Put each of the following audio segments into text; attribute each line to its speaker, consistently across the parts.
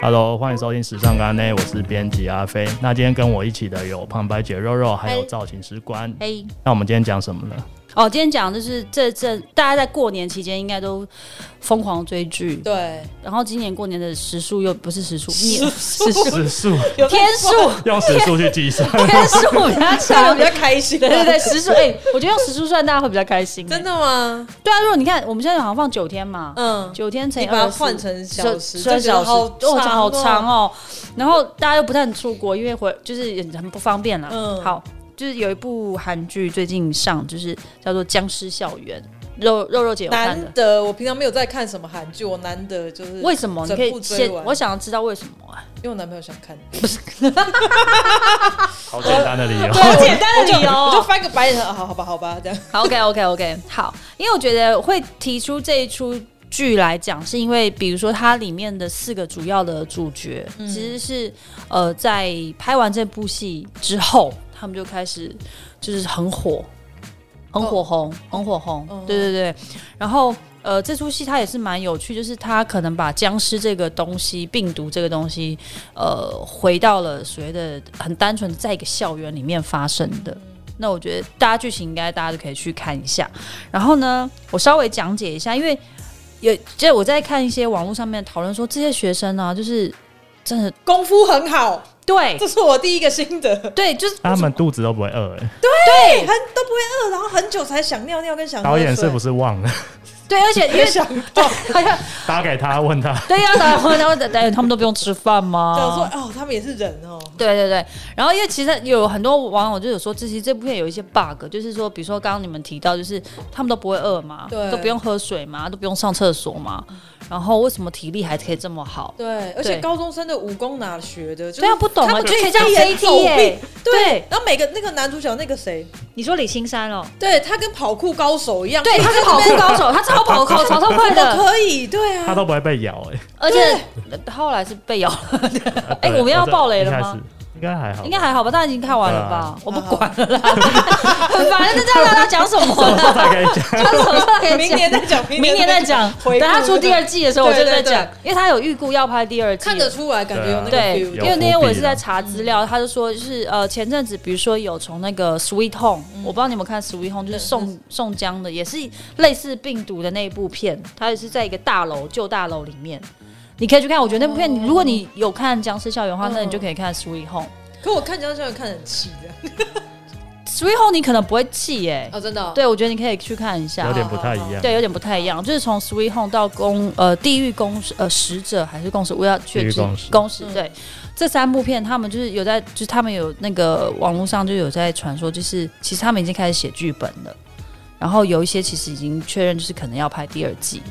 Speaker 1: Hello，欢迎收听时尚干内，我是编辑阿飞。那今天跟我一起的有胖白姐肉肉，还有
Speaker 2: 嗨
Speaker 1: 造型师关。
Speaker 2: 嘿，
Speaker 1: 那我们今天讲什么呢？
Speaker 2: 哦，今天讲的就是这阵大家在过年期间应该都疯狂追剧，
Speaker 3: 对，
Speaker 2: 然后今年过年的时数又不是时数，
Speaker 3: 时
Speaker 2: 你
Speaker 3: 数
Speaker 2: 时数
Speaker 1: 时数，
Speaker 2: 天数
Speaker 1: 用时数去计算。
Speaker 2: 天数比较
Speaker 3: 大家
Speaker 2: 长
Speaker 3: 比。较开心。
Speaker 2: 对对对，时数哎、我觉得用时数算大家会比较开心、
Speaker 3: 真，的吗？
Speaker 2: 对啊，如果你看我们现在好像放九天嘛，
Speaker 3: 嗯，
Speaker 2: 九天乘以
Speaker 3: 你把它
Speaker 2: 24
Speaker 3: 换成小时，
Speaker 2: 十二
Speaker 3: 这觉
Speaker 2: 小
Speaker 3: 得
Speaker 2: 时，
Speaker 3: 好
Speaker 2: 哦，好长哦。
Speaker 3: 哦。
Speaker 2: 然后大家又不太能出国，因为回就是也很不方便啦。
Speaker 3: 嗯
Speaker 2: 好，就是有一部韩剧最近上，就是叫做《僵尸校园》，肉肉肉姐有看的
Speaker 3: 难。得，我平常没有在看什么韩剧，我难得就是
Speaker 2: 为什么？你可
Speaker 3: 整
Speaker 2: 以
Speaker 3: 部
Speaker 2: 先
Speaker 3: 追，完
Speaker 2: 我想要知道为什么啊？
Speaker 3: 因为我男朋友想看，
Speaker 1: 好简单的理由。
Speaker 2: 好啊简单哦的理由
Speaker 3: 我就翻个白眼，啊好好吧，好吧，这样。
Speaker 2: 好，OK OK OK，好，因为我觉得会提出这一出剧来讲，是因为比如说它里面的四个主要的主角，
Speaker 3: 嗯
Speaker 2: 其实是呃在拍完这部戏之后，他们就开始就是很火，很火红，很火红，
Speaker 3: 哦
Speaker 2: 对对对，然后。呃，这出戏它也是蛮有趣，就是它可能把僵尸这个东西、病毒这个东西，呃，回到了所谓的很单纯，在一个校园里面发生的。那我觉得大家剧情应该大家都可以去看一下。然后呢，我稍微讲解一下，因为有就我在看一些网络上面讨论说，这些学生呢、就是真的
Speaker 3: 功夫很好，
Speaker 2: 对
Speaker 3: 这是我第一个心得。
Speaker 2: 对，就是
Speaker 1: 他们肚子都不会饿、欸，
Speaker 3: 对，很都不会饿，然后很久才想尿尿跟想喝
Speaker 1: 导演
Speaker 3: 水
Speaker 1: 是不是忘了？
Speaker 2: 对，而且因
Speaker 3: 没
Speaker 2: 为
Speaker 3: 想到，
Speaker 2: 好像
Speaker 1: 打给他问他，
Speaker 2: 对呀、然后然后等等他们都不用吃饭吗？
Speaker 3: 想说哦，他们也是人哦，
Speaker 2: 对对对，然后因为其实有很多网友就有说，这些这部片有一些 bug，就是说，比如说刚刚你们提到，就是他们都不会饿嘛，
Speaker 3: 对
Speaker 2: 都不用喝水嘛，都不用上厕所嘛，然后为什么体力还可以这么好？
Speaker 3: 对，而且
Speaker 2: 对
Speaker 3: 高中生的武功哪学的？就是
Speaker 2: 对啊，不懂
Speaker 3: 他
Speaker 2: 啊，
Speaker 3: 们
Speaker 2: 就可以
Speaker 3: 飞
Speaker 2: 这样飞
Speaker 3: 檐走
Speaker 2: 踢耶、
Speaker 3: 壁对
Speaker 2: 对，
Speaker 3: 然后每个那个男主角那个谁，
Speaker 2: 你说李青山哦，
Speaker 3: 对他跟跑酷高手一样，
Speaker 2: 对，他是跑酷高手，他超 跑酷，跑超快
Speaker 3: 怎
Speaker 2: 的，
Speaker 3: 么哦可以？对
Speaker 1: 他
Speaker 3: 啊，
Speaker 1: 都不会被咬、欸。
Speaker 2: 而且后来是被咬了。
Speaker 1: 哎、
Speaker 2: 哎我们要
Speaker 1: 这
Speaker 2: 爆雷了
Speaker 1: 一开
Speaker 2: 吗
Speaker 1: 始？应该还好吧，
Speaker 2: 应该还好吧，大家已经看完了
Speaker 1: 对
Speaker 2: 吧
Speaker 1: 啊？
Speaker 2: 我不管了啦，很烦，那这样大家讲 什么
Speaker 1: 我
Speaker 2: 呢？
Speaker 1: 才可以讲。
Speaker 2: 讲什么大家可以讲
Speaker 3: 明年再讲，
Speaker 2: 明年再讲，
Speaker 3: 回
Speaker 2: 等
Speaker 3: 顾
Speaker 2: 他出第二季的时候，我
Speaker 3: 对
Speaker 2: 就
Speaker 3: 对
Speaker 2: 在
Speaker 3: 对
Speaker 2: 讲，因为他有预估要拍第二季了。
Speaker 3: 看得出来，感
Speaker 1: 啊
Speaker 3: 觉有那个
Speaker 2: 对，
Speaker 3: feel
Speaker 2: 因
Speaker 1: 有
Speaker 2: 为那天
Speaker 1: 伏笔
Speaker 2: 我也是在
Speaker 1: 啦
Speaker 2: 查资料，他就说就是呃前阵子，比如说有从那个 Sweet Home，、我不
Speaker 3: 嗯
Speaker 2: 知道你们看 Sweet Home，就是宋宋江的，也是类似病毒的那一部片，它也是在一个大楼旧大楼里面。你可以去看，我觉得那部片，如果你有看《僵尸校园》的话，那你
Speaker 3: 哦嗯
Speaker 2: 就可以看《Sweet Home》。
Speaker 3: 可我看江小看得很气的
Speaker 2: Sweet Home 你可能不会气耶、
Speaker 3: 哦，真的哦
Speaker 2: 对我觉得你可以去看一下
Speaker 1: 有。点不太一样。
Speaker 2: 对，有点不太一样，就是从 Sweet Home 到公呃地狱公呃使者还是公使，我要确
Speaker 1: 地狱
Speaker 2: 知
Speaker 1: 公使
Speaker 2: 公使
Speaker 3: 嗯
Speaker 2: 对、这三部片，他们就是有在，就是他们有那个网络上就有在传说，就是其实他们已经开始写剧本了，然后有一些其实已经确认就是可能要拍第二季，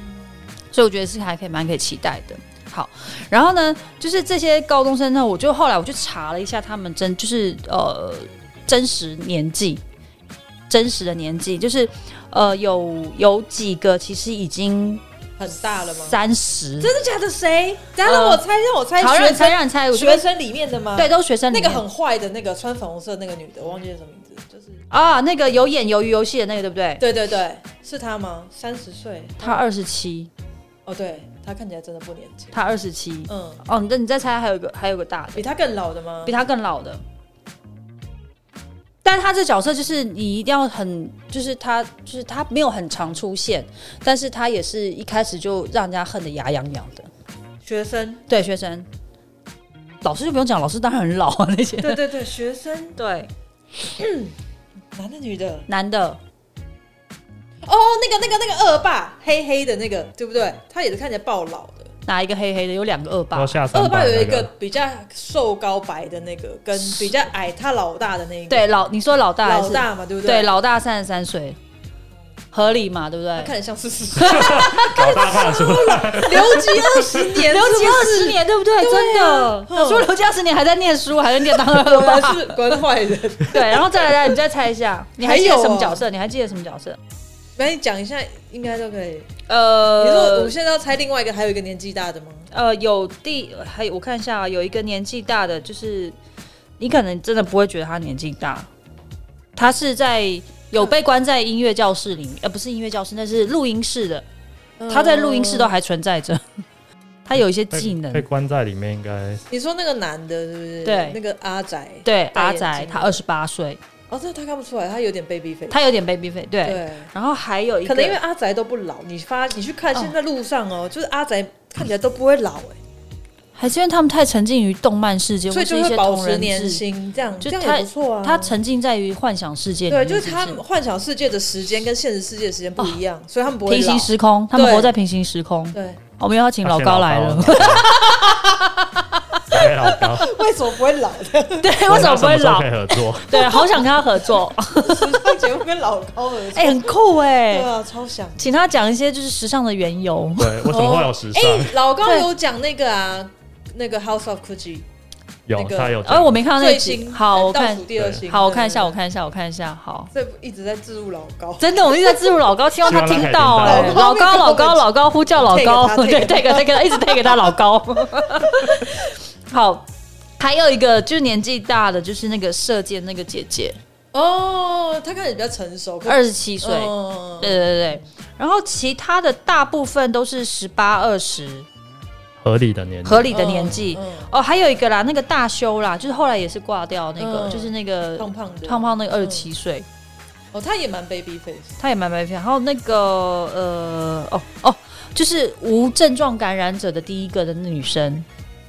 Speaker 2: 所以我觉得是还可以蛮可以期待的。好，然后呢，就是这些高中生呢，我就后来我去查了一下他们真就是呃真实年纪，真实的年纪就是呃有有几个其实已经
Speaker 3: 很大了吗？
Speaker 2: 三十，
Speaker 3: 真的假的？谁？等下
Speaker 2: 呃
Speaker 3: 让我猜，哦让我猜，
Speaker 2: 好让
Speaker 3: 学
Speaker 2: 你猜
Speaker 3: 生
Speaker 2: 让你猜，我觉
Speaker 3: 学
Speaker 2: 得
Speaker 3: 生里面的吗？
Speaker 2: 对，，都是学生里
Speaker 3: 那个
Speaker 2: 面
Speaker 3: 很坏的那个穿粉红色那个女的，我忘记了什么名字，就是
Speaker 2: 啊，那个有演鱿鱼游戏的那个对不对？
Speaker 3: 对对对，是她吗？三十岁，
Speaker 2: 他二十七，
Speaker 3: 哦，对，她看起来真的不年轻，
Speaker 2: 他二十七，
Speaker 3: 嗯，
Speaker 2: 哦，你再你再猜还有一个还有一个大的，
Speaker 3: 比她更老的吗
Speaker 2: 比？他更老的。但他这角色就是你一定要很，就是他就是他没有很常出现，但是他也是一开始就让人家恨得牙痒痒的。
Speaker 3: 学 生，
Speaker 2: 对学生，老师就不用讲，老师当然很老啊那些。
Speaker 3: 对对对，学生，
Speaker 2: 对，
Speaker 3: 男的女的，
Speaker 2: 男的
Speaker 3: 哦，那个那个那个恶霸，黑黑的那个，对不对？他也是看起来爆老的。
Speaker 2: 哪一个黑黑的？有两个恶霸
Speaker 1: 要。下三
Speaker 2: 哦
Speaker 3: 恶霸
Speaker 1: 版
Speaker 3: 有一
Speaker 1: 那
Speaker 3: 个比较瘦高白的那个，跟比较矮他老大的那个，，
Speaker 2: 对老，你说老大还
Speaker 3: 老
Speaker 2: 是
Speaker 3: 大嘛，对不
Speaker 2: 对
Speaker 3: 对，
Speaker 2: 老大三十三岁，合理嘛？ 对不
Speaker 3: 他
Speaker 2: 对？
Speaker 3: 看起来像四十 岁，
Speaker 1: 老大看得出来，
Speaker 3: 留级二十 年，
Speaker 2: 留级
Speaker 3: 是不
Speaker 2: 二
Speaker 3: 是
Speaker 2: 十，年，对不对？啊真的，
Speaker 3: 嗯
Speaker 2: 说留级二十年还在念书，还在念当恶
Speaker 3: 果然
Speaker 2: 霸。
Speaker 3: 是果然是坏人。
Speaker 2: 对，然后再来来，你再猜一下，你还记得
Speaker 3: 还有哦
Speaker 2: 什么角色？你还记得什么角色？
Speaker 3: 那你讲一下，应该都可以。你说我
Speaker 2: 呃
Speaker 3: 们，现在要猜另外一个，还有一个年纪大的吗？
Speaker 2: 呃，有第还有我看一下啊，有一个年纪大的，就是你可能真的不会觉得他年纪大，他是在有被关在音乐教
Speaker 3: 哦
Speaker 2: 室里面，呃，不是音乐教室，那是录音室的，他在录音室都还存在着。 他有一些
Speaker 4: 被
Speaker 2: 技能
Speaker 4: 被。关在里面，应该
Speaker 3: 你说那个男的，是不是？
Speaker 2: 对
Speaker 3: 那个阿宅。
Speaker 2: 对，阿
Speaker 3: 戴眼
Speaker 2: 宅
Speaker 3: 镜
Speaker 2: 他二十八岁，
Speaker 3: 哦，这他看不出来，他有点 baby face。
Speaker 2: 他有点 baby face。对，
Speaker 3: 对，
Speaker 2: 然后还有一个，
Speaker 3: 可能因为阿宅都不老，你发你去看
Speaker 2: 哦
Speaker 3: 现在路上哦，就是阿宅看起来都不会老哎，
Speaker 2: 还是因为他们太沉浸于动漫世界，
Speaker 3: 所以
Speaker 2: 或是
Speaker 3: 就
Speaker 2: 一
Speaker 3: 会
Speaker 2: 些
Speaker 3: 保
Speaker 2: 同
Speaker 3: 持
Speaker 2: 人
Speaker 3: 年
Speaker 2: 志，
Speaker 3: 轻，这样
Speaker 2: 就
Speaker 3: 这样也不错啊。
Speaker 2: 他沉浸在于幻想世界里
Speaker 3: 对，
Speaker 2: 面。
Speaker 3: 就是他
Speaker 2: 不哦
Speaker 3: 幻想世界的时间跟现实世界的时间不一样，所以他们不会
Speaker 2: 平
Speaker 3: 老
Speaker 2: 行。时空，他们
Speaker 3: 对
Speaker 2: 活在平行时空。哦
Speaker 3: 对，
Speaker 2: 我们又要请老高来了，
Speaker 4: 对老 高，
Speaker 3: 为什么不会 老的？
Speaker 2: 对，为什么不会
Speaker 1: 哎我们俩什么
Speaker 2: 老
Speaker 1: 时候可以？合作？
Speaker 2: 对，好想跟他合 作，
Speaker 3: 时尚节目跟老高合作
Speaker 2: 哎，很酷哎
Speaker 3: 对，啊，超想。
Speaker 2: 请他讲一些就是时尚的缘由。
Speaker 4: 对，为什么会有时尚？
Speaker 2: 哦
Speaker 3: 哎，老高
Speaker 2: 对
Speaker 3: 有讲那个啊，那个 House of Gucci
Speaker 1: 有
Speaker 3: 那，个
Speaker 1: 他有这
Speaker 2: 哎，
Speaker 1: 样。
Speaker 2: 我没看到那
Speaker 3: 最
Speaker 2: 集，
Speaker 3: 新，
Speaker 2: 好，我
Speaker 3: 倒
Speaker 2: 看
Speaker 3: 数，第二星，
Speaker 2: 好，我看一下，我
Speaker 3: 看。
Speaker 2: 看一下，我看一下，好。
Speaker 3: 这一直在置入老高，
Speaker 2: 真的，我们一直在植入老高，希望他听到哎、
Speaker 3: 希
Speaker 2: 老高，
Speaker 3: 望他听到
Speaker 2: 老高，老高，呼叫老高，
Speaker 3: take
Speaker 2: 对，
Speaker 3: 给他
Speaker 2: take 给他，一直 take 给他老 高。好，还有一个就是年纪大的，就是那个射箭那个姐姐，
Speaker 3: 哦，他看起来比较成熟，可
Speaker 2: 二十七岁，
Speaker 3: 嗯
Speaker 2: 对对对对。然后其他的大部分都是十八二十
Speaker 1: 合理的年龄，
Speaker 2: 合理的年纪。
Speaker 3: 嗯嗯
Speaker 2: 哦，还有一个啦，那个大修啦，就是后来也是挂掉那个，
Speaker 3: 嗯
Speaker 2: 就是那个
Speaker 3: 胖胖的，
Speaker 2: 胖胖那个二十
Speaker 3: 嗯
Speaker 2: 七岁，
Speaker 3: 哦，他也蛮 baby face，
Speaker 2: 他也蛮蛮漂亮。还有那个呃，哦哦，就是无症状感染者的第一个的女生，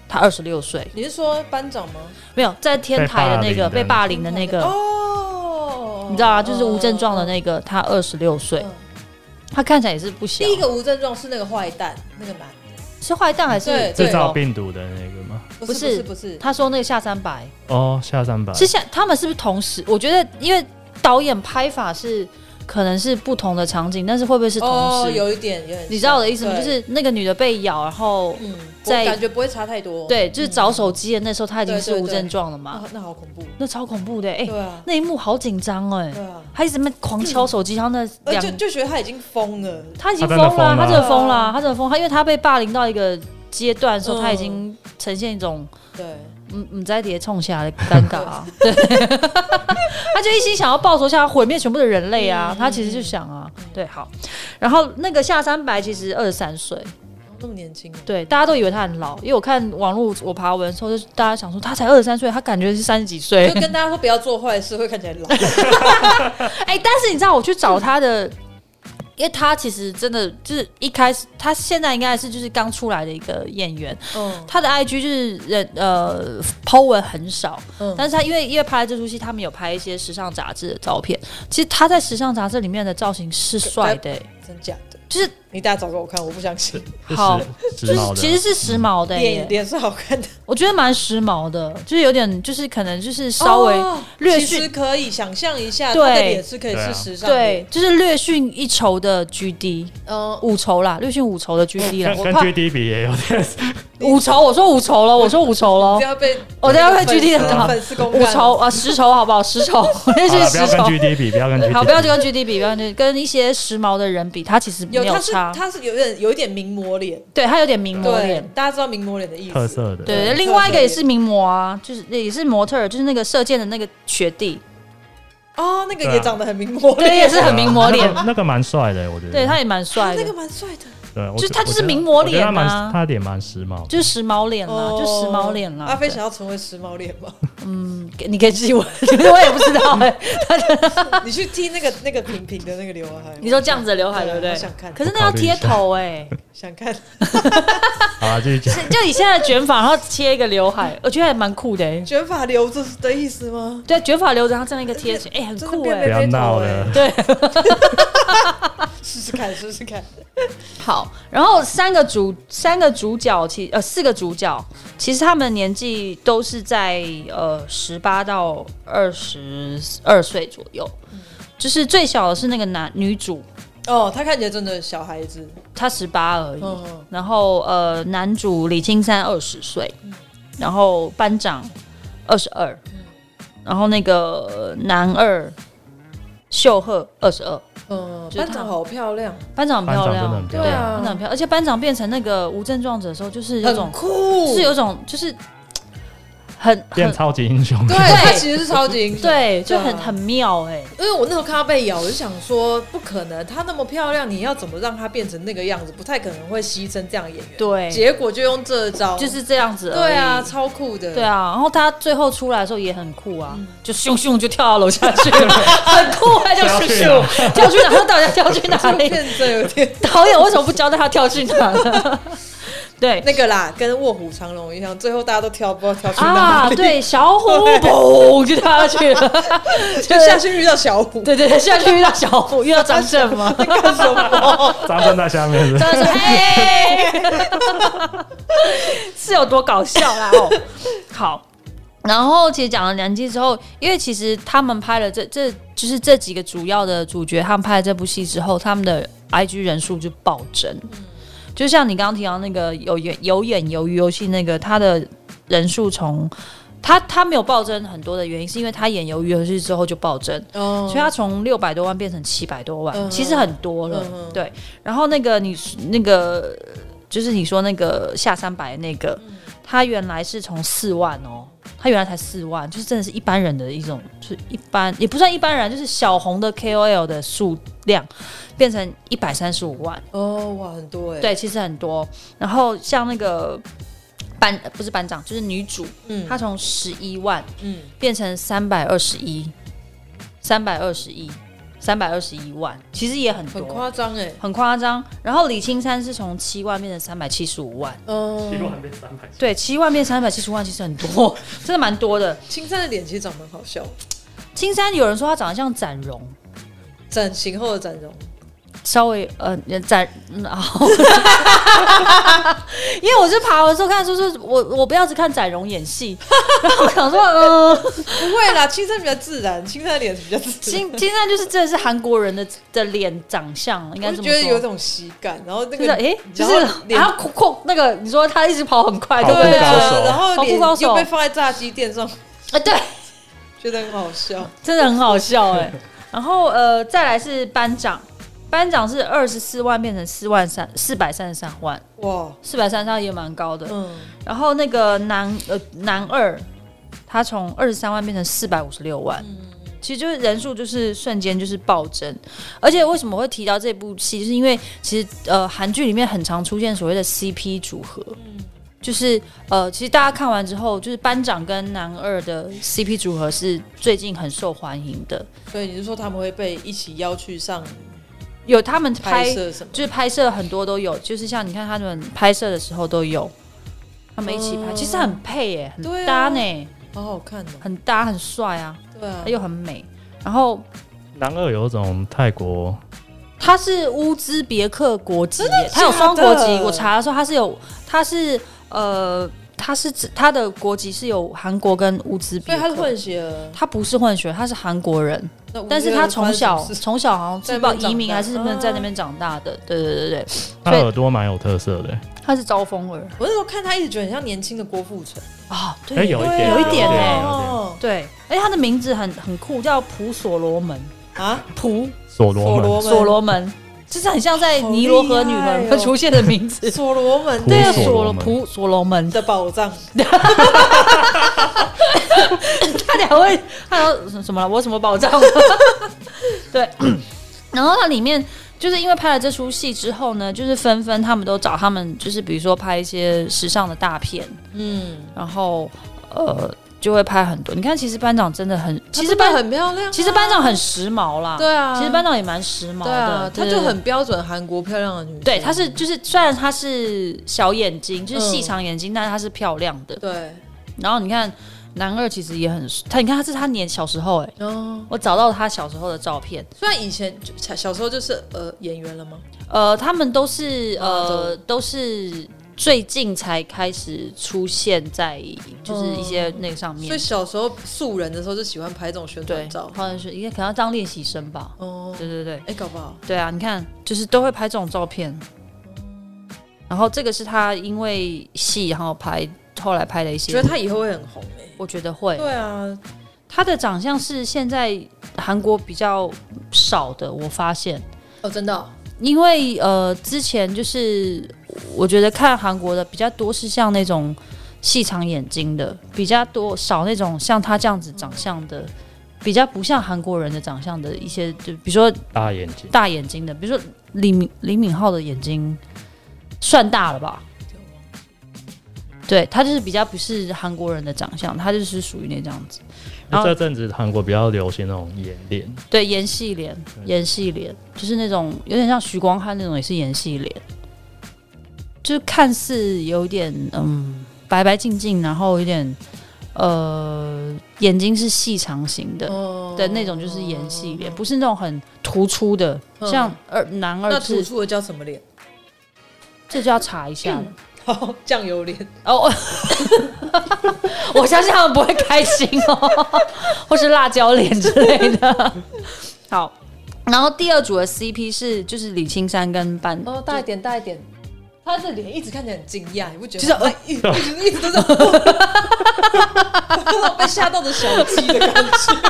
Speaker 2: 她二十六岁，
Speaker 3: 你是说班长吗？
Speaker 2: 没有在天台的那个被
Speaker 1: 被
Speaker 2: 霸
Speaker 1: 霸
Speaker 2: 凌的那个，
Speaker 3: 哦，
Speaker 2: 你知道啊，就是无症状的那
Speaker 3: 个。
Speaker 2: 个，她二十六岁
Speaker 3: 嗯，
Speaker 2: 她看起来也是不小，
Speaker 3: 第一个无症状是那个坏蛋，那个男，
Speaker 2: 是坏蛋还是
Speaker 3: 对
Speaker 1: 制
Speaker 3: 对
Speaker 1: 造病毒的那个吗？
Speaker 3: 不
Speaker 2: 不
Speaker 3: 是不
Speaker 2: 是
Speaker 3: 是不是，
Speaker 2: 他说那个下三白
Speaker 1: 哦，下三百
Speaker 2: 是下，他们是不是同时？我觉得因为导演拍法是可能是不同的场景，但是会不会是同
Speaker 3: 哦，
Speaker 2: 时？
Speaker 3: 有一点有点像，
Speaker 2: 你知道我的意思吗？
Speaker 3: 对
Speaker 2: 就是那个女的被咬，然后
Speaker 3: 嗯，
Speaker 2: 在
Speaker 3: 我感觉不会差太多，
Speaker 2: 对，就是
Speaker 3: 嗯
Speaker 2: 找手机的那时候，她已经
Speaker 3: 对
Speaker 2: 是
Speaker 3: 对
Speaker 2: 无
Speaker 3: 对
Speaker 2: 症状了嘛，
Speaker 3: 啊，那好恐怖，
Speaker 2: 那超恐怖的哎、
Speaker 3: 对啊，
Speaker 2: 那一幕好紧张哎
Speaker 3: 对，啊，
Speaker 2: 她一直在那边狂敲手机，然后那
Speaker 3: 呃
Speaker 2: 两
Speaker 3: 就就觉得他已经疯了，
Speaker 2: 他已经
Speaker 1: 他真
Speaker 2: 疯
Speaker 1: 的
Speaker 2: 了，
Speaker 1: 疯
Speaker 2: 他
Speaker 1: 了
Speaker 2: 真的疯了，
Speaker 3: 啊
Speaker 2: 他真的疯。他因为他被霸凌到一个阶段的时候，
Speaker 3: 嗯
Speaker 2: 他已经呈现一种
Speaker 3: 对，
Speaker 2: 嗯嗯在底下冲下来的尴尬 啊，对， 他就一心想要报仇，想要毁灭全部的人类啊。
Speaker 3: 嗯
Speaker 2: 他其实就想啊，对，好。然后那个下山白其实二十三岁，
Speaker 3: 哦那么年轻啊，
Speaker 2: 对，大家都以为他很老，因为我看网络我爬文的时候，就是大家想说他才二十三岁，他感觉是三十几岁
Speaker 3: 就。跟大家说不要做坏事，会看起来老，
Speaker 2: 哎、但是你知道我去找他的，因为他其实真的就是一开始，他现在应该是就是刚出来的一个演员，
Speaker 3: 嗯
Speaker 2: 他的 IG 就是人呃 po 文很少，
Speaker 3: 嗯
Speaker 2: 但是他因为因为拍了这出戏，他们有拍一些时尚杂志的照片，其实他在时尚杂志里面的造型是帅的、欸
Speaker 3: 真假的，
Speaker 2: 就是
Speaker 3: 你大家找给我看，我不相信，
Speaker 1: 是
Speaker 2: 好
Speaker 1: 时
Speaker 2: 就
Speaker 1: 髦的
Speaker 2: 是其实是时髦的、
Speaker 3: 脸
Speaker 2: 欸，
Speaker 3: 脸是好看的，
Speaker 2: 我觉得蛮时髦的，就是有点就是可能就是 稍微、
Speaker 3: 哦
Speaker 2: 略
Speaker 3: 其
Speaker 2: 逊
Speaker 3: 实可以想象一下，
Speaker 2: 对
Speaker 3: 他的脸是可以是时尚的，
Speaker 2: 对，哦就是略逊一筹的 GD
Speaker 3: 嗯，
Speaker 2: 五筹啦，略逊五筹的 GD 啦，
Speaker 1: 嗯跟
Speaker 2: 我
Speaker 1: 跟
Speaker 2: 怕
Speaker 1: GD 比也有 点
Speaker 2: 五筹，我说五筹了，我说五筹了
Speaker 3: 不。要被
Speaker 2: 我等下会 GD 的
Speaker 3: 粉丝粉丝公干
Speaker 2: 五筹啊，十筹好不好？十筹，那
Speaker 1: 好
Speaker 2: 是
Speaker 1: 了，不
Speaker 2: 十
Speaker 1: 要跟
Speaker 2: 筹。
Speaker 1: GD 比，不要跟 GD 比。
Speaker 2: 好，不要就跟 GD 比，不要就跟一些时髦的人比，他其实没
Speaker 3: 有，他是
Speaker 2: 差，
Speaker 3: 他是有点有一点名模脸，
Speaker 2: 对他有点名模
Speaker 3: 对
Speaker 2: 脸。，
Speaker 3: 大家知道名模脸的意思，
Speaker 1: 特色的。
Speaker 2: 对，
Speaker 3: 对
Speaker 2: 另外一个也是名模啊，就是也是模特儿，就是那个射箭的那个学弟，
Speaker 3: 哦，那个
Speaker 1: 对
Speaker 3: 也
Speaker 1: 啊
Speaker 3: 长得很名模
Speaker 2: 对，
Speaker 3: 脸，
Speaker 2: 也是很名模脸
Speaker 1: 那，个那个蛮帅的，我觉得。
Speaker 2: 对，他也蛮帅
Speaker 3: 那个
Speaker 2: 的，
Speaker 3: 蛮帅的，
Speaker 1: 对，我
Speaker 2: 就
Speaker 1: 觉
Speaker 2: 他就是
Speaker 1: 我觉得
Speaker 2: 名模脸啊
Speaker 1: 我觉得他蛮他脸蛮时髦的。
Speaker 2: 就是时髦脸啦，就时髦脸啦。
Speaker 3: 哦阿飞
Speaker 2: 对
Speaker 3: 想要成为时髦脸吗？
Speaker 2: 给你可以自己问， 我也不知道哎。
Speaker 3: 你去剃那个那个平平的那个刘海，
Speaker 2: 你说这样子的刘海对不对
Speaker 3: 我啊想看，
Speaker 2: 可是那要贴头哎，
Speaker 3: 想看，
Speaker 1: 好啊，继续讲。
Speaker 2: 就你现在卷发，然后切一个刘海，我觉得还蛮酷的哎。
Speaker 3: 卷发留着的意思吗？
Speaker 2: 对，卷发留着，然后这样一个贴起来，哎，很
Speaker 3: 真的
Speaker 2: 酷
Speaker 3: 变
Speaker 1: 不
Speaker 2: 哎。
Speaker 1: 要闹了
Speaker 3: 妹妹头
Speaker 2: 对，
Speaker 3: 哎试试看，试试看。
Speaker 2: 好，然后三个主三个主角其呃四个主角，其实他们的年纪都是在呃十八到二十二岁左右，
Speaker 3: 嗯
Speaker 2: 就是最小的是那个男女主，
Speaker 3: 哦，他看起来真的小孩子，
Speaker 2: 他十八而已，
Speaker 3: 嗯嗯
Speaker 2: 然后呃男主李青山二十岁，然后班长二十二，然后那个男二秀赫二十二，
Speaker 3: 嗯，
Speaker 2: 就是他
Speaker 3: 班长好漂亮，
Speaker 2: 班长很漂
Speaker 1: 班长真
Speaker 2: 亮，
Speaker 1: 的很漂
Speaker 2: 对啊
Speaker 3: 亮
Speaker 2: 班长很漂亮，而且班长变成那个无症状者的时候，就是有种
Speaker 3: 很酷，
Speaker 2: 是有一种就是很
Speaker 1: 变
Speaker 2: 很
Speaker 1: 超级英雄。
Speaker 3: 对，他其实是超级英雄，
Speaker 2: 对，就
Speaker 3: 啊
Speaker 2: 很很妙哎、
Speaker 3: 因为我那时候看她被咬，我就想说不可能，她那么漂亮，你要怎么让她变成那个样子？不太可能会牺牲这样的演员。
Speaker 2: 对
Speaker 3: 结果就用这招，
Speaker 2: 就是这样子而已。
Speaker 3: 对啊，超酷的，
Speaker 2: 对啊，然后他最后出来的时候也很酷啊，就咻咻就跳到楼下去 了，很酷，啊他就咻咻跳去哪？他到底要跳去哪
Speaker 3: 这部
Speaker 2: 里？
Speaker 3: 片真有点
Speaker 2: 导演为什么不交代他跳去哪呢？对
Speaker 3: 那个啦，跟卧虎藏龙一样，最后大家都挑不知道挑去哪
Speaker 2: 啊，
Speaker 3: 里，
Speaker 2: 对，小虎嘣就跳下去 了，
Speaker 3: 就下去遇到小虎，
Speaker 2: 对对对，下去遇到小虎，遇到张震嘛，
Speaker 3: 干什么？
Speaker 1: 张震在下面是不是
Speaker 2: 张震说：“嘿， 是有多搞笑啦？”哦，好。然后其实讲了两季之后，因为其实他们拍了这这就是这几个主要的主角，他们拍了这部戏之后，他们的 IG 人数就暴增。就像你刚刚提到那个有演有演鱿鱼游戏那个，他的人数从他他没有暴增很多的原因，是因为他演鱿鱼游戏之后就暴增，
Speaker 3: 哦
Speaker 2: 所以他从六百多万变成七百多万，
Speaker 3: 嗯
Speaker 2: 其实很多了。
Speaker 3: 嗯
Speaker 2: 对，然后那个你那个就是你说那个下三百那个，他原来是从四万哦，他原来才四万，就是真的是一般人的一种，就是一般也不算一般人，就是小红的 KOL 的数量变成一百三十五万，
Speaker 3: 哦，哇，很多哎，，
Speaker 2: 对，其实很多。然后像那个班不是班长，就是女主，
Speaker 3: 嗯，
Speaker 2: 她从十一万
Speaker 3: 嗯，
Speaker 2: 变成三百二十一，三百二十一，三百二十一万，其实也很多，
Speaker 3: 很夸张哎，
Speaker 2: 很夸张。然后李青山是从七万变成三百七十五万，
Speaker 1: 一
Speaker 3: 嗯，
Speaker 1: 万变三百。
Speaker 2: 对，七万变三百七十万，其实很多， 真的蛮多的。
Speaker 3: 青山的脸其实长得很好笑，
Speaker 2: 青山有人说他长得像展荣，
Speaker 3: 整形后的整容，
Speaker 2: 稍微呃展，嗯啊， 因为我是爬的时候看，说是我我不要只看展荣演戏， 然后我想说，嗯、
Speaker 3: 不会啦，青山比较自然，青山的脸比较自然。
Speaker 2: 青青山就是真的是韩国人的的脸长相，应该
Speaker 3: 我
Speaker 2: 这
Speaker 3: 就
Speaker 2: 么
Speaker 3: 觉得有
Speaker 2: 说。
Speaker 3: 种喜感，然后那
Speaker 2: 就是
Speaker 3: 个
Speaker 2: 诶，就是
Speaker 3: 然后脸
Speaker 2: 然后控控那个，你说他一直跑很快，对
Speaker 1: 跑
Speaker 2: 不
Speaker 1: 步
Speaker 2: 对？
Speaker 3: 对
Speaker 1: 高
Speaker 3: 啊，
Speaker 1: 手
Speaker 3: 然后
Speaker 2: 跑步
Speaker 3: 脸
Speaker 2: 高手
Speaker 3: 又被放在炸鸡店上，
Speaker 2: 啊，对，
Speaker 3: 觉得很好笑。
Speaker 2: 真的很好笑哎、然后呃，再来是班长，班长是二十四万变成四万三四百三十三万，
Speaker 3: 哇，
Speaker 2: 四百三十三也蛮高的。
Speaker 3: 嗯，
Speaker 2: 然后那个男呃男二，他从二十三万变成四百五十六万，其实就是人数就是瞬间就是暴增。而且为什么会提到这部戏，就是因为其实呃韩剧里面很常出现所谓的 CP 组合。就是呃，其实大家看完之后，就是班长跟男二的 CP 组合是最近很受欢迎的，
Speaker 3: 所以你是说他们会被一起邀去上
Speaker 2: 有他们拍
Speaker 3: 拍摄什么？
Speaker 2: 就是拍摄很多都有，就是像你看他们拍摄的时候都有，他们一起拍，
Speaker 3: 哦
Speaker 2: 其实很配耶，很
Speaker 3: 对啊
Speaker 2: 搭呢、
Speaker 3: 好好看哦。
Speaker 2: 很搭，很帅啊，
Speaker 3: 对啊，
Speaker 2: 又很美。然后
Speaker 1: 男二有一种泰国
Speaker 2: 他是乌兹别克国籍耶，
Speaker 3: 假的
Speaker 2: 他有双国籍。我查的时候，他是有，他是呃，他是指他的国籍是有韩国跟乌兹
Speaker 3: 所
Speaker 2: 别
Speaker 3: 以他是
Speaker 2: 克。
Speaker 3: 混血儿，
Speaker 2: 他不是混血，他是韩国人，
Speaker 3: 那无
Speaker 2: 但是
Speaker 3: 缘
Speaker 2: 他
Speaker 3: 无
Speaker 2: 从
Speaker 3: 关
Speaker 2: 小
Speaker 3: 什么事
Speaker 2: 从小好像
Speaker 3: 在
Speaker 2: 是
Speaker 3: 那边
Speaker 2: 报移民
Speaker 3: 长大
Speaker 2: 还是什么在那边长大的，对对对对，
Speaker 1: 他
Speaker 2: 所以
Speaker 1: 耳朵蛮有特色的，
Speaker 2: 他是招风耳
Speaker 3: 我那时候看他一直觉得很像年轻的郭富城，
Speaker 2: 啊，
Speaker 1: 哎
Speaker 2: 对，
Speaker 1: 有一
Speaker 3: 对
Speaker 1: 点
Speaker 3: 啊
Speaker 2: 有一点欸
Speaker 3: 哦
Speaker 2: 对，而且他的名字很很酷，叫普所罗门，
Speaker 3: 啊，
Speaker 2: 普
Speaker 1: 所罗门
Speaker 3: 所罗门，
Speaker 2: 所罗门，就是很像在尼罗河女
Speaker 3: 好厉
Speaker 2: 人
Speaker 3: 害
Speaker 2: 会
Speaker 3: 哦
Speaker 2: 出现的名 字。
Speaker 3: 所罗门
Speaker 1: 对
Speaker 2: 对
Speaker 1: 啊
Speaker 2: 啊，
Speaker 1: 所
Speaker 2: 所
Speaker 1: 罗
Speaker 2: 罗
Speaker 1: 门
Speaker 2: 普所罗门，
Speaker 3: 的宝藏，
Speaker 2: 他俩会，他说什什么了？我有什么保障？啊 对， 然后它里面就是因为拍了这出戏之后呢，就是纷纷他们都找他们，就是比如说拍一些时尚的大片，
Speaker 3: 嗯，
Speaker 2: 然后呃就会拍很多。你看，其实班长真的很，其实
Speaker 3: 她真
Speaker 2: 班
Speaker 3: 的很漂亮啊，
Speaker 2: 其实班长很时髦啦，
Speaker 3: 对啊，
Speaker 2: 其实班长也蛮时髦
Speaker 3: 对
Speaker 2: 的
Speaker 3: 啊，，
Speaker 2: 对
Speaker 3: 她就很标准韩国漂亮的女生，
Speaker 2: 对，她是就是虽然她是小眼睛，就是细
Speaker 3: 嗯
Speaker 2: 长眼睛，但是她是漂亮的。
Speaker 3: 对，
Speaker 2: 然后你看男二其实也很他，你看他是他年小时候哎、
Speaker 3: 哦，
Speaker 2: 我找到他小时候的照片，
Speaker 3: 虽然以前就小小时候就是呃演员了吗？
Speaker 2: 呃，他们都是
Speaker 3: 啊
Speaker 2: 呃都是最近才开始出现在就是一些那个上面
Speaker 3: 所以，小时候素人的时候就喜欢拍这种宣
Speaker 2: 对
Speaker 3: 传，照，
Speaker 2: 好像是应该可能要当练习生吧，
Speaker 3: 哦，
Speaker 2: 对对对。
Speaker 3: 哎，搞不好
Speaker 2: 对啊，你看，就是都会拍这种照片。然后这个是他因为戏，然后拍后来拍的一些，
Speaker 3: 觉得她以后会很红哎，
Speaker 2: 我觉得会。
Speaker 3: 对啊，
Speaker 2: 他的长相是现在韩国比较少的，我发现，
Speaker 3: 哦，真的哦，
Speaker 2: 因为呃，之前就是我觉得看韩国的比较多是像那种细长眼睛的，比较多少那种像他这样子长相的，比较不像韩国人的长相的一些，就比如说
Speaker 4: 大眼睛，
Speaker 2: 大眼睛的，比如说李敏李敏镐的眼睛算大了吧？对他就是比较不是韩国人的长相，他就是属于那这样子，然后
Speaker 4: 这阵子韩国比较流行那种眼脸，
Speaker 2: 对演戏脸，演戏脸就是那种有点像徐光汉那种，也是演戏脸，就是看似有点嗯白白净净，然后有点呃眼睛是细长型的，
Speaker 3: 哦
Speaker 2: 的那种就是演戏脸，不是那种很突出的，
Speaker 3: 嗯
Speaker 2: 像二男二
Speaker 3: 那突
Speaker 2: 字，
Speaker 3: 出的叫什么脸？
Speaker 2: 这就要查一下了。
Speaker 3: 好，酱油脸。
Speaker 2: 哦，我我相信他们不会开心哦，或是辣椒脸之类的。好，然后第二组的 CP 是就是李青山跟班，
Speaker 3: 哦，大一点，大一点。呃他的脸一直看起来很惊讶，你不觉得？
Speaker 2: 就是
Speaker 3: 他一 一直一直都在哦 被吓到的小鸡的感 觉。怎么可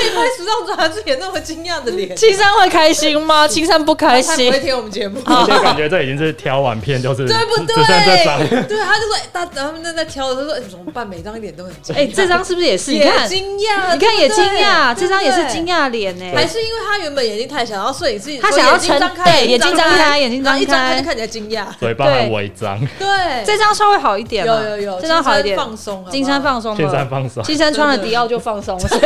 Speaker 3: 以拍时尚杂志演那么惊讶的脸？哦
Speaker 2: 青山会开心吗？青山不开
Speaker 3: 他不
Speaker 2: 心
Speaker 3: 会。听我们节目，
Speaker 4: 而
Speaker 2: 哦
Speaker 4: 且感觉这已经是挑完片，就是
Speaker 3: 对不
Speaker 4: 只
Speaker 3: 对？
Speaker 4: 剩这张，
Speaker 3: 对，他就说大他们正在挑，他说、哎怎么办？每张脸都很惊讶，
Speaker 2: 哎、这张是不是也是？你
Speaker 3: 也
Speaker 2: 看，
Speaker 3: 惊讶，啊
Speaker 2: 你看也惊讶，啊
Speaker 3: 对
Speaker 2: 这
Speaker 3: 不
Speaker 2: 张
Speaker 3: 对
Speaker 2: 也是惊。讶脸呢。
Speaker 3: 还是因为他原本眼睛太小，然后摄影师
Speaker 2: 他想要
Speaker 3: 眼睛
Speaker 2: 撑
Speaker 3: 张开，
Speaker 2: 对眼睛张开眼睛
Speaker 3: 然后一
Speaker 2: 张开
Speaker 3: 张开就看起来 惊讶，
Speaker 4: 嘴巴还违章，
Speaker 2: 哦
Speaker 3: 对，
Speaker 2: 这张稍微好一点
Speaker 3: 有
Speaker 2: 了，
Speaker 3: 有有，
Speaker 2: 这张好一点，
Speaker 3: 金山放松好不好，
Speaker 2: 金山放松
Speaker 4: 现在
Speaker 2: 了，
Speaker 4: 放手，
Speaker 2: 金山穿了
Speaker 3: 真的
Speaker 2: 迪奥就放松了。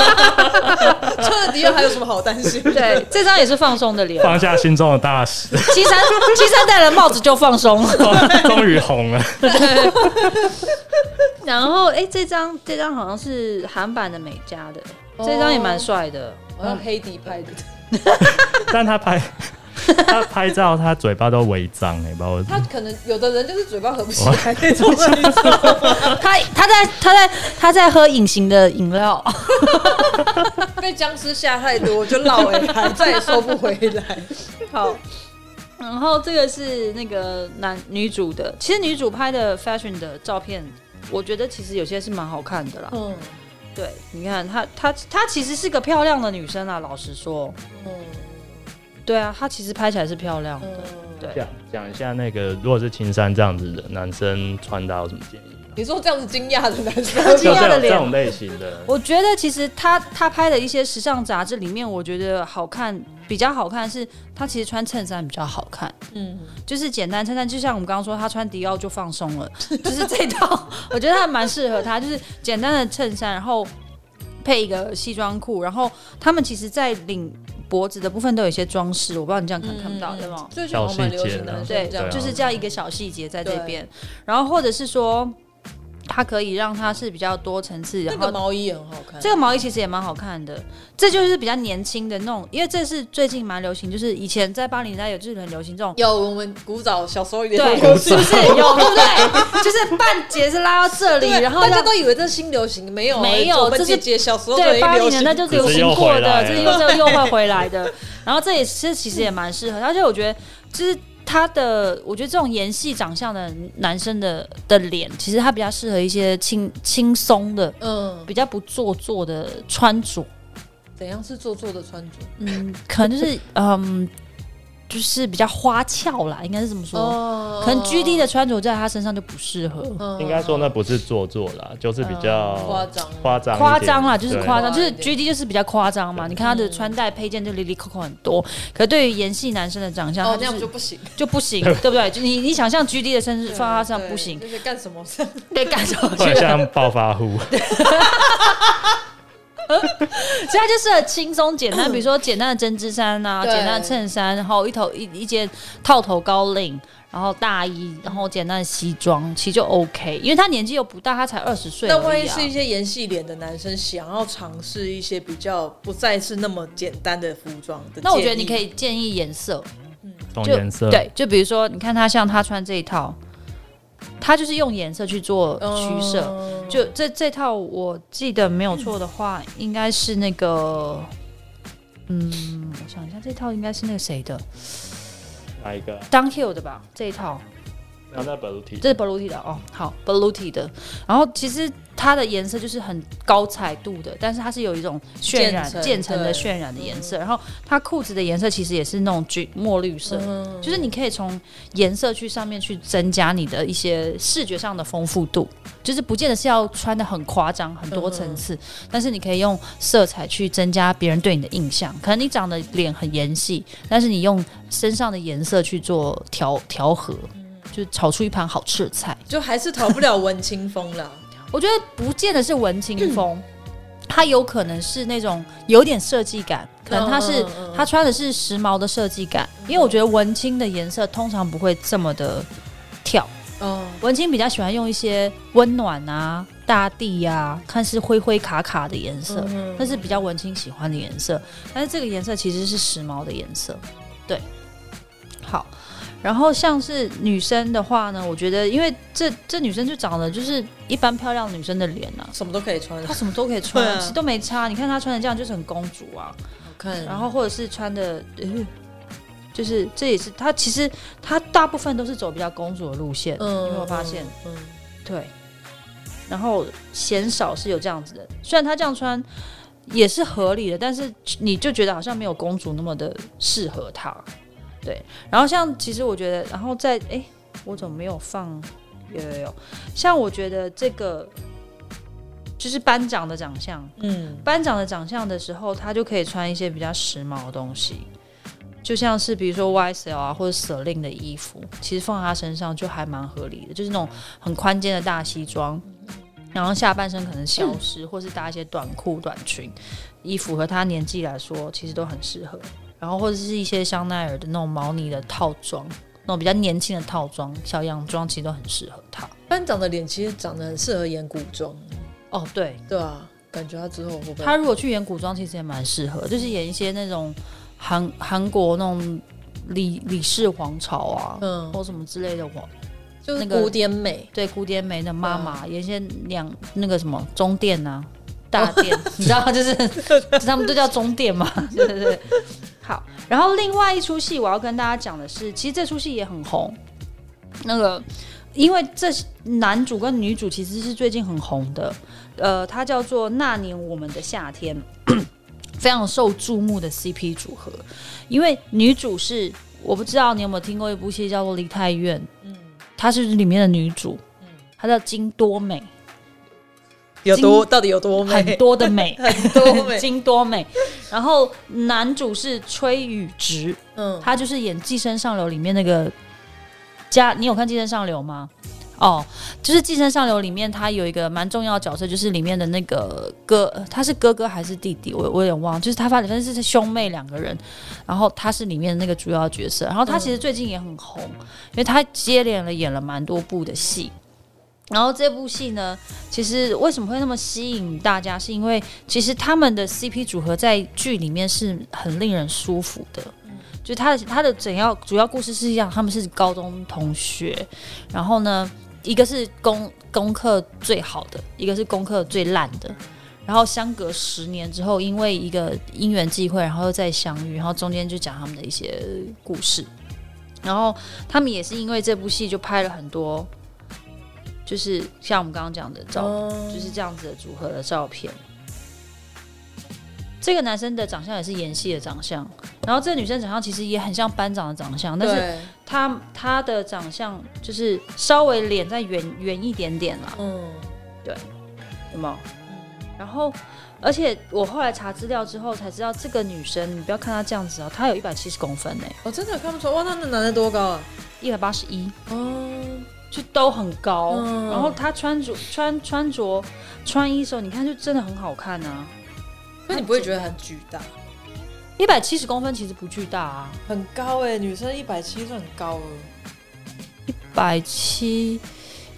Speaker 3: 穿了迪奥还有什么好担 心？
Speaker 2: 对，这张也是放松的脸。
Speaker 4: 放下心中的大 石，
Speaker 2: 七三七三戴了帽子就放松。
Speaker 4: 终于红了。
Speaker 2: 然后，哎、这张这张好像是韩版的美嘉的，
Speaker 3: 哦
Speaker 2: 这张也蛮帅的。
Speaker 3: 我要黑底拍的，
Speaker 4: 但他拍他拍照，他嘴巴都违章哎，把我
Speaker 3: 他可能有的人就是嘴巴合不起来那 种你知道吗，
Speaker 2: 哦他他在他在他在喝隐形的饮料，
Speaker 3: 被僵尸吓太多就落尾来，再也收不回来。
Speaker 2: 好。 然后这个是那个男女主的，其实女主拍的 fashion 的照片，我觉得其实有些是蛮好看的啦。
Speaker 3: 嗯
Speaker 2: 对，你看她她她其实是个漂亮的女生啊，老实说，
Speaker 3: 嗯
Speaker 2: 对啊，她其实拍起来是漂亮的。
Speaker 3: 嗯，
Speaker 2: 对
Speaker 4: 讲讲一下那个，如果是青山这样子的男生穿搭有什么建议吗？
Speaker 3: 你说这样子惊讶的男生，
Speaker 2: 惊
Speaker 4: 就
Speaker 2: 讶
Speaker 4: 这种
Speaker 2: 的脸
Speaker 4: 这种类型的，
Speaker 2: 我觉得其实他他拍的一些时尚杂志里面，我觉得好看比较好看是，他其实穿衬衫比较好看，
Speaker 3: 嗯，
Speaker 2: 就是简单衬衫，就像我们刚刚说，他穿迪奥就放松了，就是这套，我觉得还蛮适合他，就是简单的衬衫，然后配一个西装裤，然后他们其实，在领脖子的部分都有一些装饰，我不知道你这样看看
Speaker 3: 嗯
Speaker 2: 不到，对吗？
Speaker 3: 最近好像蛮流行的，
Speaker 4: 小细
Speaker 2: 对，
Speaker 3: 这样
Speaker 4: 啊
Speaker 2: 就是这样一个小细节在这边，然后或者是说，它可以让它是比较多层次，
Speaker 3: 那
Speaker 2: 然
Speaker 3: 个
Speaker 2: 后
Speaker 3: 毛衣也很好看，
Speaker 2: 这个毛衣其实也蛮好看的，这就是比较年轻的那种，因为这是最近蛮流行，就是以前在八零年代有就是很流行这种。
Speaker 3: 有我们古早小时候也
Speaker 2: 对，
Speaker 3: 流
Speaker 2: 是
Speaker 3: 行
Speaker 2: 不，是有对不对？就是半截是拉到这里，
Speaker 3: 对
Speaker 2: 然后
Speaker 3: 大家
Speaker 2: 让
Speaker 3: 都以为这是新流行，没有啊
Speaker 2: 没有
Speaker 3: 我们
Speaker 2: 这是
Speaker 3: 姐姐小时候就
Speaker 2: 对
Speaker 3: 已经
Speaker 2: 八零
Speaker 3: 流
Speaker 2: 年
Speaker 3: 行
Speaker 2: 代就流
Speaker 4: 可是
Speaker 2: 行
Speaker 4: 又
Speaker 2: 过
Speaker 4: 回来
Speaker 2: 的，
Speaker 4: 了
Speaker 2: 这又 这又会回来的。然后这也是其实也蛮适合，而且我觉得就是他的，我觉得这种演戏长相的男生的的脸，其实他比较适合一些轻轻松的、
Speaker 3: 嗯，
Speaker 2: 比较不做作的穿着。
Speaker 3: 怎样是做作的穿着？
Speaker 2: 嗯，可能就是 嗯，就是比较花俏啦，应该是这么说。
Speaker 3: 哦
Speaker 2: 可能 G D 的穿着在他身上就不适合，
Speaker 3: 的
Speaker 4: 应该说那不是做作啦，就是比较
Speaker 3: 夸
Speaker 2: 哦
Speaker 3: 张
Speaker 4: 夸张一点
Speaker 2: 夸张啦，就是
Speaker 4: 对
Speaker 2: 夸张，
Speaker 3: 对
Speaker 2: 就是 G D 就是比较夸张嘛。你看他的穿戴配件就 l i l y Coco 很多，可对于演戏男生的长相，
Speaker 3: 哦，
Speaker 2: 他
Speaker 3: 那
Speaker 2: 就
Speaker 3: 样
Speaker 2: 是
Speaker 3: 就不行，
Speaker 2: 就不 行，对不对？就你你想象 G D 的身
Speaker 3: 对
Speaker 2: 放他身上不行，
Speaker 3: 对就是干什么事？
Speaker 2: 对，感受
Speaker 4: 或者像暴发户，
Speaker 2: 所以它就适合轻松简单，比如说简单的针织衫啊，
Speaker 3: 对
Speaker 2: 简单的衬衫，然后一头一一件套头高领，然后大衣，然后简单的西装，其实就 OK，因为他年纪又不大，他才二十岁而已
Speaker 3: 那
Speaker 2: 啊。
Speaker 3: 万一是一些演戏脸的男生想要尝试一些比较不再是那么简单的服装的，
Speaker 2: 那我觉得你可。以建议颜色，
Speaker 4: 这种
Speaker 2: 就
Speaker 4: 哦颜色，
Speaker 2: 对，就比如说你看他像他穿这一套，他就是用颜色去做取舍。
Speaker 3: 嗯
Speaker 2: 就这这套，我记得没有错的话，应该是那个，嗯，我想一下，这套应该是那个谁的
Speaker 4: 哪一个？
Speaker 2: ，Don Hill 的吧？这一套，
Speaker 4: 然后在本体
Speaker 2: 这是 Baluti 的哦，好，Baluti 的。然后其实它的颜色就是很高彩度的，但是它是有一种渲染
Speaker 3: 渐层
Speaker 2: 渐层的
Speaker 3: 对
Speaker 2: 渲染的颜色。然后它裤子的颜色其实也是那种橘墨绿色，
Speaker 3: 嗯
Speaker 2: 就是你可以从颜色去上面去增加你的一些视觉上的丰富度，就是不见得是要穿的很夸张很多层
Speaker 3: 嗯
Speaker 2: 次，但是你可以用色彩去增加别人对你的印象。可能你长得脸很盐系，但是你用身上的颜色去做调调和，
Speaker 3: 嗯
Speaker 2: 就炒出一盘好吃的菜。
Speaker 3: 就还是逃不了文青风啦。
Speaker 2: 我觉得不见得是文青
Speaker 3: 嗯
Speaker 2: 风，它有可能是那种有点设计感，可能它是
Speaker 3: 嗯嗯嗯
Speaker 2: 它穿的是时髦的设计感，因为我觉得文青的颜色通常不会这么的跳，
Speaker 3: 哦，
Speaker 2: 文青比较喜欢用一些温暖啊、大地啊，看似灰灰卡卡的颜色，
Speaker 3: 嗯
Speaker 2: 那是比较文青喜欢的颜色。但是这个颜色其实是时髦的颜色，对。好，然后像是女生的话呢，我觉得因为这这女生就长得就是一般漂亮女生的脸啊，
Speaker 3: 什么都可以穿，
Speaker 2: 她
Speaker 3: 好
Speaker 2: 什么都可以穿，
Speaker 3: 对啊
Speaker 2: 其实都没差。你看她穿的这样就是很公主啊，
Speaker 3: 看。
Speaker 2: 然后或者是穿的，呃就是这也是她其实她大部分都是走比较公主的路线，你有没有发现？？
Speaker 3: 嗯，
Speaker 2: 对，然后鲜少是有这样子的，虽然她这样穿也是合理的，但是你就觉得好像没有公主那么的适合她。对，然后像其实我觉得，然后在哎、我怎么没有放？有有有，像我觉得这个就是班长的长相，
Speaker 3: 嗯，
Speaker 2: 班长的长相的时候，他就可以穿一些比较时髦的东西，就像是比如说 YSL 啊或者 Celine 的衣服，其实放在他身上就还蛮合理的，就是那种很宽肩的大西装，然后下半身可能消失，或是搭一些短裤、短裙，衣服和他年纪来说，其实都很适合。然后或者是一些香奈儿的那种毛呢的套装，那种比较年轻的套装、小洋装，其实都很适合他。
Speaker 3: 班长的脸其实长得很适合演古装，
Speaker 2: 哦，对，
Speaker 3: 对啊，感觉他之后会不会？
Speaker 2: 他如果去演古装，其实也蛮适合，就是演一些那种韩韩国那种李李氏皇朝啊，
Speaker 3: 嗯，
Speaker 2: 或什么之类的皇，
Speaker 3: 就是
Speaker 2: 那个
Speaker 3: 古典美，
Speaker 2: 对古典美的妈妈，演一些两那个什么中殿啊、大殿， 你知道，就是他们都叫中殿嘛，对对对。好，然后另外一出戏我要跟大家讲的是，其实这出戏也很红，那个。因为这男主跟女主其实是最近很红的，呃，它叫做《那年我们的夏天》，非常受注目的 CP 组合。因为女主是我不知道你有没有听过一部戏叫做《梨泰院》，
Speaker 3: 嗯，
Speaker 2: 她是里面的女主，她叫金多美，
Speaker 3: 有
Speaker 2: 金
Speaker 3: 多到底有多美？
Speaker 2: 很多的美，
Speaker 3: 很多美，
Speaker 2: 金多美。然后男主是崔宇植，
Speaker 3: 嗯，
Speaker 2: 他就是演《寄生上流》里面那个家，你有看《寄生上流》吗？哦，就是《寄生上流》里面，他有一个蛮重要的角色，就是里面的那个哥，呃他是哥哥还是弟弟？我我有点忘了，就是他反正是兄妹两个人，然后他是里面的那个主要角色，然后他其实最近也很红，因为他接连了演了蛮多部的戏。然后这部戏呢，其实为什么会那么吸引大家，是因为其实他们的 CP 组合在剧里面是很令人舒服的，就他的他的整要主要故事是一样，他们是高中同学，然后呢，一个是功功课最好的，一个是功课最烂的，然后相隔十年之后，因为一个因缘际会，然后又再相遇，然后中间就讲他们的一些故事，然后他们也是因为这部戏就拍了很多，就是像我们刚刚讲的照
Speaker 3: 哦
Speaker 2: 就是这样子的组合的照片。这个男生的长相也是演戏的长相，然后这个女生长相其实也很像班长的长相，但是
Speaker 3: 对，
Speaker 2: 她她的长相就是稍微脸再圆圆一点点啦，
Speaker 3: 嗯，
Speaker 2: 有没有？然后，而且我后来查资料之后才知道，这个女生你不要看她这样子哦，她有一百七十公分呢、
Speaker 3: 我哦真的看不出来哇，那那男的多高啊？
Speaker 2: 一百八十一，
Speaker 3: 哦，
Speaker 2: 就都很高。
Speaker 3: 嗯
Speaker 2: 然后她穿着穿穿着穿衣的时候，你看就真的很好看啊。
Speaker 3: 那你不会觉得很巨大？
Speaker 2: 一百七十公分其实不巨大啊，
Speaker 3: 很高哎，女生一百七算很高了。
Speaker 2: 百七，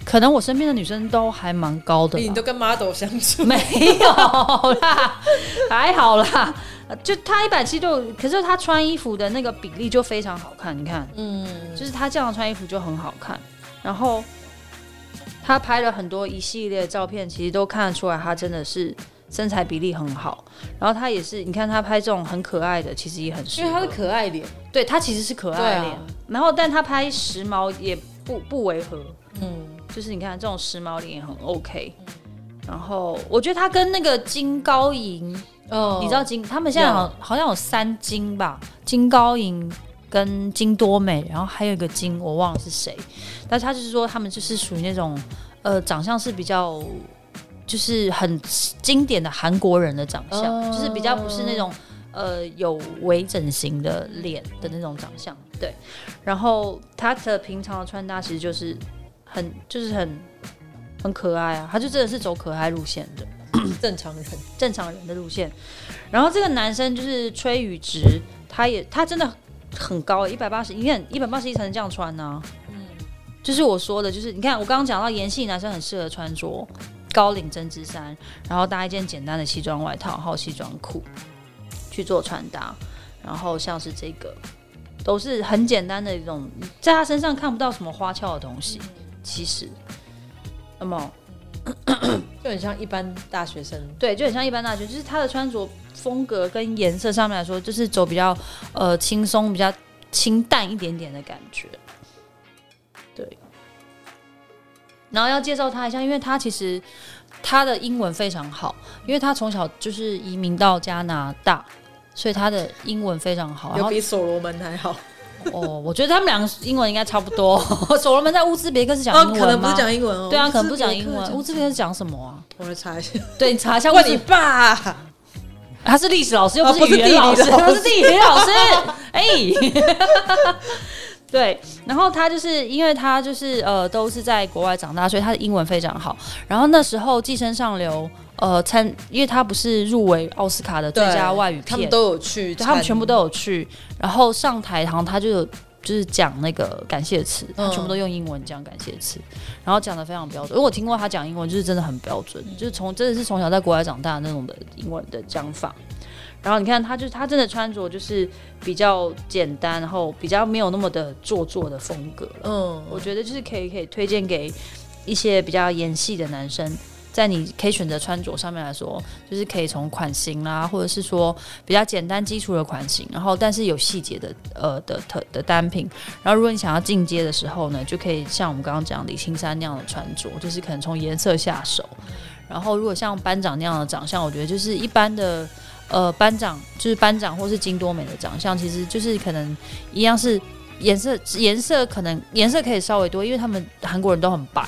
Speaker 2: 可能我身边的女生都还蛮高的
Speaker 3: 你
Speaker 2: 吧
Speaker 3: 都。跟 model 相 处，
Speaker 2: 没有啦， 还好啦，就她一百七就，可是她穿衣服的那个比例就非常好看，你看，
Speaker 3: 嗯，
Speaker 2: 就是她这样穿衣服就很好看。然后她拍了很多一系列的照片，其实都看得出来她真的是身材比例很好。然后她也是，你看她拍这种很可爱的，其实也很适
Speaker 3: 因
Speaker 2: 合，
Speaker 3: 为她是可爱脸，
Speaker 2: 对她其实是可爱
Speaker 3: 对
Speaker 2: 脸，
Speaker 3: 啊
Speaker 2: 然后但她拍时髦也不不违和，
Speaker 3: 嗯，
Speaker 2: 就是你看这种时髦脸也很 OK。然后我觉得他跟那个金高银，
Speaker 3: 嗯
Speaker 2: 你知道金他们现在好好像有三金吧，金高银跟金多美，然后还有一个金我忘了是谁，但是他就是说他们就是属于那种呃长相是比较就是很经典的韩国人的长相，
Speaker 3: 哦
Speaker 2: 就是比较不是那种呃有微整形的脸的那种长相，对。然后他的平常的穿搭其实就是很就是很很可爱啊，他就真的是走可爱路线的。
Speaker 3: 正常人，
Speaker 2: 正常人的路线。然后这个男生就是崔宇植，他也他真的很高，一百八十，你看一百八十一才能这样穿呢、就是我说的，就是你看我刚刚讲到盐系男生很适合穿着高领针织衫，然后搭一件简单的西装外套，还有西装裤去做穿搭，然后像是这个都是很简单的一种，在他身上看不到什么花俏的东西，其实，那么。
Speaker 3: 就很像一般大学生。
Speaker 2: 对，就很像一般大学，就是他的穿着风格跟颜色上面来说，就是走比较呃轻松、比较清淡一点点的感觉。对。然后要介绍他一下，因为他其实他的英文非常好，因为他从小就是移民到加拿大，所以他的英文非常好。然
Speaker 3: 有
Speaker 2: 后
Speaker 3: 比所罗门还好，
Speaker 2: 哦，我觉得他们两个英文应该差不多。 所罗门在乌兹别克是讲英文吗？
Speaker 3: 可能不是讲英文哦，
Speaker 2: 对啊，
Speaker 3: 乌兹
Speaker 2: 可
Speaker 3: 别克
Speaker 2: 能不是讲英文。
Speaker 3: 讲
Speaker 2: 乌兹别克是讲什么啊？
Speaker 3: 我来 查一下，
Speaker 2: 对，你查一 下乌
Speaker 3: 问
Speaker 2: 兹
Speaker 3: 你爸，
Speaker 2: 他是历史老师，又
Speaker 3: 啊
Speaker 2: 不
Speaker 3: 不是
Speaker 2: 是语
Speaker 3: 地
Speaker 2: 言
Speaker 3: 理
Speaker 2: 老 师，
Speaker 3: 老师
Speaker 2: 他是地理老师。 哎， 对，然后他就是因为他就是呃都是在国外长大，所以他的英文非常好。然后那时候《寄生上流》呃参，因为他不是入围奥斯卡的最佳外语
Speaker 3: 他们
Speaker 2: 片，
Speaker 3: 都有去
Speaker 2: 对
Speaker 3: 参，
Speaker 2: 他们全部都有去。然后上台，然后他就有就是讲那个感谢词，他
Speaker 3: 嗯
Speaker 2: 全部都用英文讲感谢词，然后讲的非常标准。如果听过他讲英文，就是真的很标准，就是从真的是从小在国外长大的那种的英文的讲法。然后你看，他就是他真的穿着就是比较简单，然后比较没有那么的做作的风格了。
Speaker 3: 嗯，
Speaker 2: 我觉得就是可以可以推荐给一些比较演戏的男生，在你可以选择穿着上面来说，就是可以从款型啦，或者是说比较简单基础的款型，然后但是有细节的呃的特的单品。然后如果你想要进阶的时候呢，就可以像我们刚刚讲李青山那样的穿着，就是可能从颜色下手。然后如果像班长那样的长相，我觉得就是一般的。呃，班长就是班长，或是金多美的长相，其实就是可能一样是颜色颜色可能颜色可以稍微多，因为他们韩国人都很白，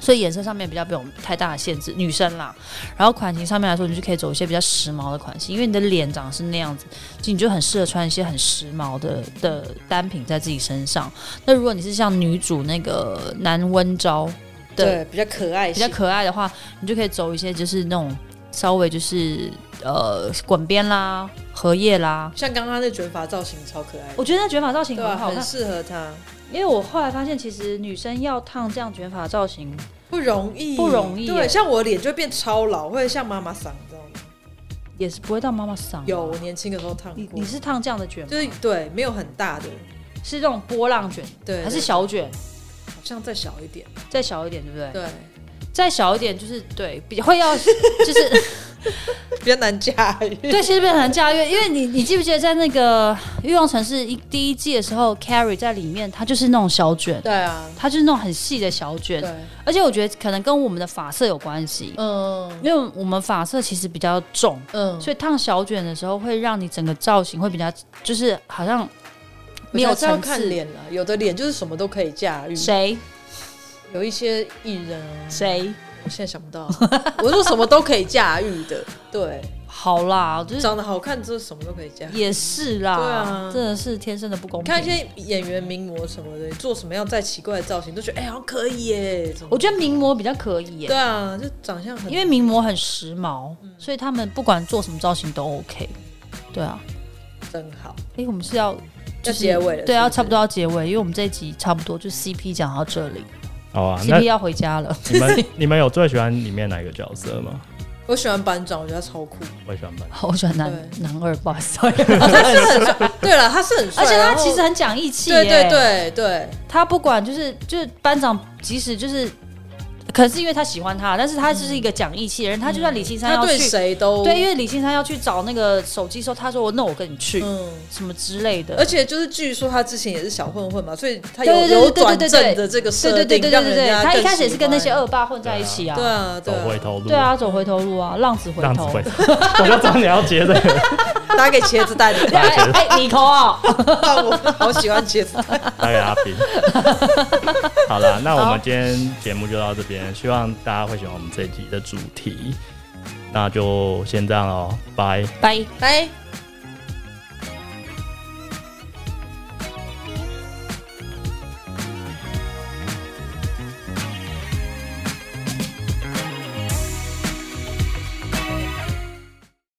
Speaker 2: 所以颜色上面比较不用太大的限制，女生啦。然后款型上面来说，你就可以走一些比较时髦的款型，因为你的脸长得是那样子，就你就很适合穿一些很时髦的的单品在自己身上。那如果你是像女主那个南温昭的
Speaker 3: 对比较可爱
Speaker 2: 比
Speaker 3: 型，
Speaker 2: 较可爱的话，你就可以走一些就是那种稍微就是呃滚边啦、荷叶啦。
Speaker 3: 像刚刚那卷发造型超可爱的，
Speaker 2: 我觉得那卷发造型
Speaker 3: 对
Speaker 2: 很
Speaker 3: 吧？
Speaker 2: 好看
Speaker 3: 很，适合他，
Speaker 2: 因为我后来发现，其实女生要烫这样卷发造型，
Speaker 3: 不容易，
Speaker 2: 不容易耶
Speaker 3: 对，像我脸就会变超老，会像妈妈桑，你知道吗？
Speaker 2: 也是不会到妈妈嗓。
Speaker 3: 有，我年轻的时候烫
Speaker 2: 你
Speaker 3: 过
Speaker 2: 你，是烫这样的卷吗，
Speaker 3: 就是对，没有很大的，
Speaker 2: 是这种波浪卷，
Speaker 3: 对，
Speaker 2: 还是
Speaker 3: 对
Speaker 2: 小卷？
Speaker 3: 好像再小一点，
Speaker 2: 再小一点，对不对？
Speaker 3: 对，
Speaker 2: 再小一点就是对，比会要 就是
Speaker 3: 比较难驾驭。
Speaker 2: 对，其实变成很驾驭，因为你你记不记得在那个《欲望城市》一第一季的时候，Carrie 在里面，她就是那种小卷。
Speaker 3: 对啊，
Speaker 2: 她就是那种很细的小
Speaker 3: 对
Speaker 2: 卷，，而且我觉得可能跟我们的发色有关系，
Speaker 3: 嗯
Speaker 2: 因为我们发色其实比较重，
Speaker 3: 嗯，
Speaker 2: 所以烫小卷的时候会让你整个造型会比较，就是好像没有
Speaker 3: 我觉得要
Speaker 2: 层
Speaker 3: 看
Speaker 2: 次。
Speaker 3: 脸了，有的脸就是什么都可以驾驭，
Speaker 2: 谁
Speaker 3: 有一些艺人啊，
Speaker 2: 谁
Speaker 3: 我现在想不到，啊我说什么都可以驾驭的，对，
Speaker 2: 好啦，就是
Speaker 3: 长得好看就是什么都可以驾驭。
Speaker 2: 也是啦，
Speaker 3: 对啊
Speaker 2: 真的是天生的不公
Speaker 3: 你看一
Speaker 2: 平。
Speaker 3: 些演员名模什么的，做什么样再奇怪的造型，都觉得哎、好像可以耶。怎么
Speaker 2: 我觉得名模比较可以
Speaker 3: 对
Speaker 2: 耶，
Speaker 3: 啊，就长相很
Speaker 2: 因为名模很时髦，所以他们不管做什么造型都 OK。对啊，
Speaker 3: 真好，
Speaker 2: 诶，我们是要就
Speaker 3: 要
Speaker 2: 是
Speaker 3: 结尾了，
Speaker 2: 对
Speaker 3: 是
Speaker 2: 啊，
Speaker 3: 不是
Speaker 2: 差不多。要结尾，因为我们这一集差不多就 CP 讲到这里
Speaker 4: 好啊，那
Speaker 2: ，CP 要回家了。
Speaker 4: 你们你们有最喜欢里面哪一个角色吗？
Speaker 3: 我喜欢班长，我觉得 他超酷。
Speaker 4: 我也喜欢班长，
Speaker 2: 好我喜欢男
Speaker 3: 对
Speaker 2: 男二，不好意思，sorry 哦
Speaker 3: 对了，他是很帅，
Speaker 2: 而且他
Speaker 3: 然后
Speaker 2: 其实很讲义气耶，
Speaker 3: 对对对对，
Speaker 2: 他不管就是就是班长，即使就是可能是因为他喜欢他，但是他就是一个讲义气的人，他就算李青山
Speaker 3: 嗯他
Speaker 2: 要
Speaker 3: 对
Speaker 2: 去，
Speaker 3: 谁都
Speaker 2: 对，因为李青山要去找那个手机的时候，他说哦我那我跟你去，
Speaker 3: 嗯。
Speaker 2: 什么之类的，
Speaker 3: 而且就是据说他之前也是小混混嘛，所以他
Speaker 2: 对
Speaker 3: 有
Speaker 2: 对对
Speaker 3: 有
Speaker 2: 对
Speaker 3: 转
Speaker 2: 对对
Speaker 3: 正的这个
Speaker 2: 对
Speaker 3: 设
Speaker 2: 对对对对
Speaker 3: 定，让
Speaker 2: 对
Speaker 3: 人
Speaker 2: 对，
Speaker 3: 家
Speaker 2: 他一
Speaker 3: 更
Speaker 2: 开始也是跟那些
Speaker 3: 喜欢
Speaker 2: 恶霸混在一起啊，
Speaker 3: 对啊对
Speaker 4: 走回
Speaker 3: 啊，
Speaker 4: 头路，
Speaker 2: 对啊，走回头路啊，浪子回
Speaker 4: 浪子
Speaker 2: 头。
Speaker 4: 回头，我就知道你要接这个，
Speaker 3: 打给茄子蛋的，
Speaker 2: 哎哎，哎你扣 啊！
Speaker 3: 我好喜欢茄子蛋。
Speaker 4: 还有阿平。好啦，那我们今天节目就到这边，希望大家会喜欢我们这一集的主题。那就先这样喽，拜。
Speaker 2: 拜。
Speaker 3: 来。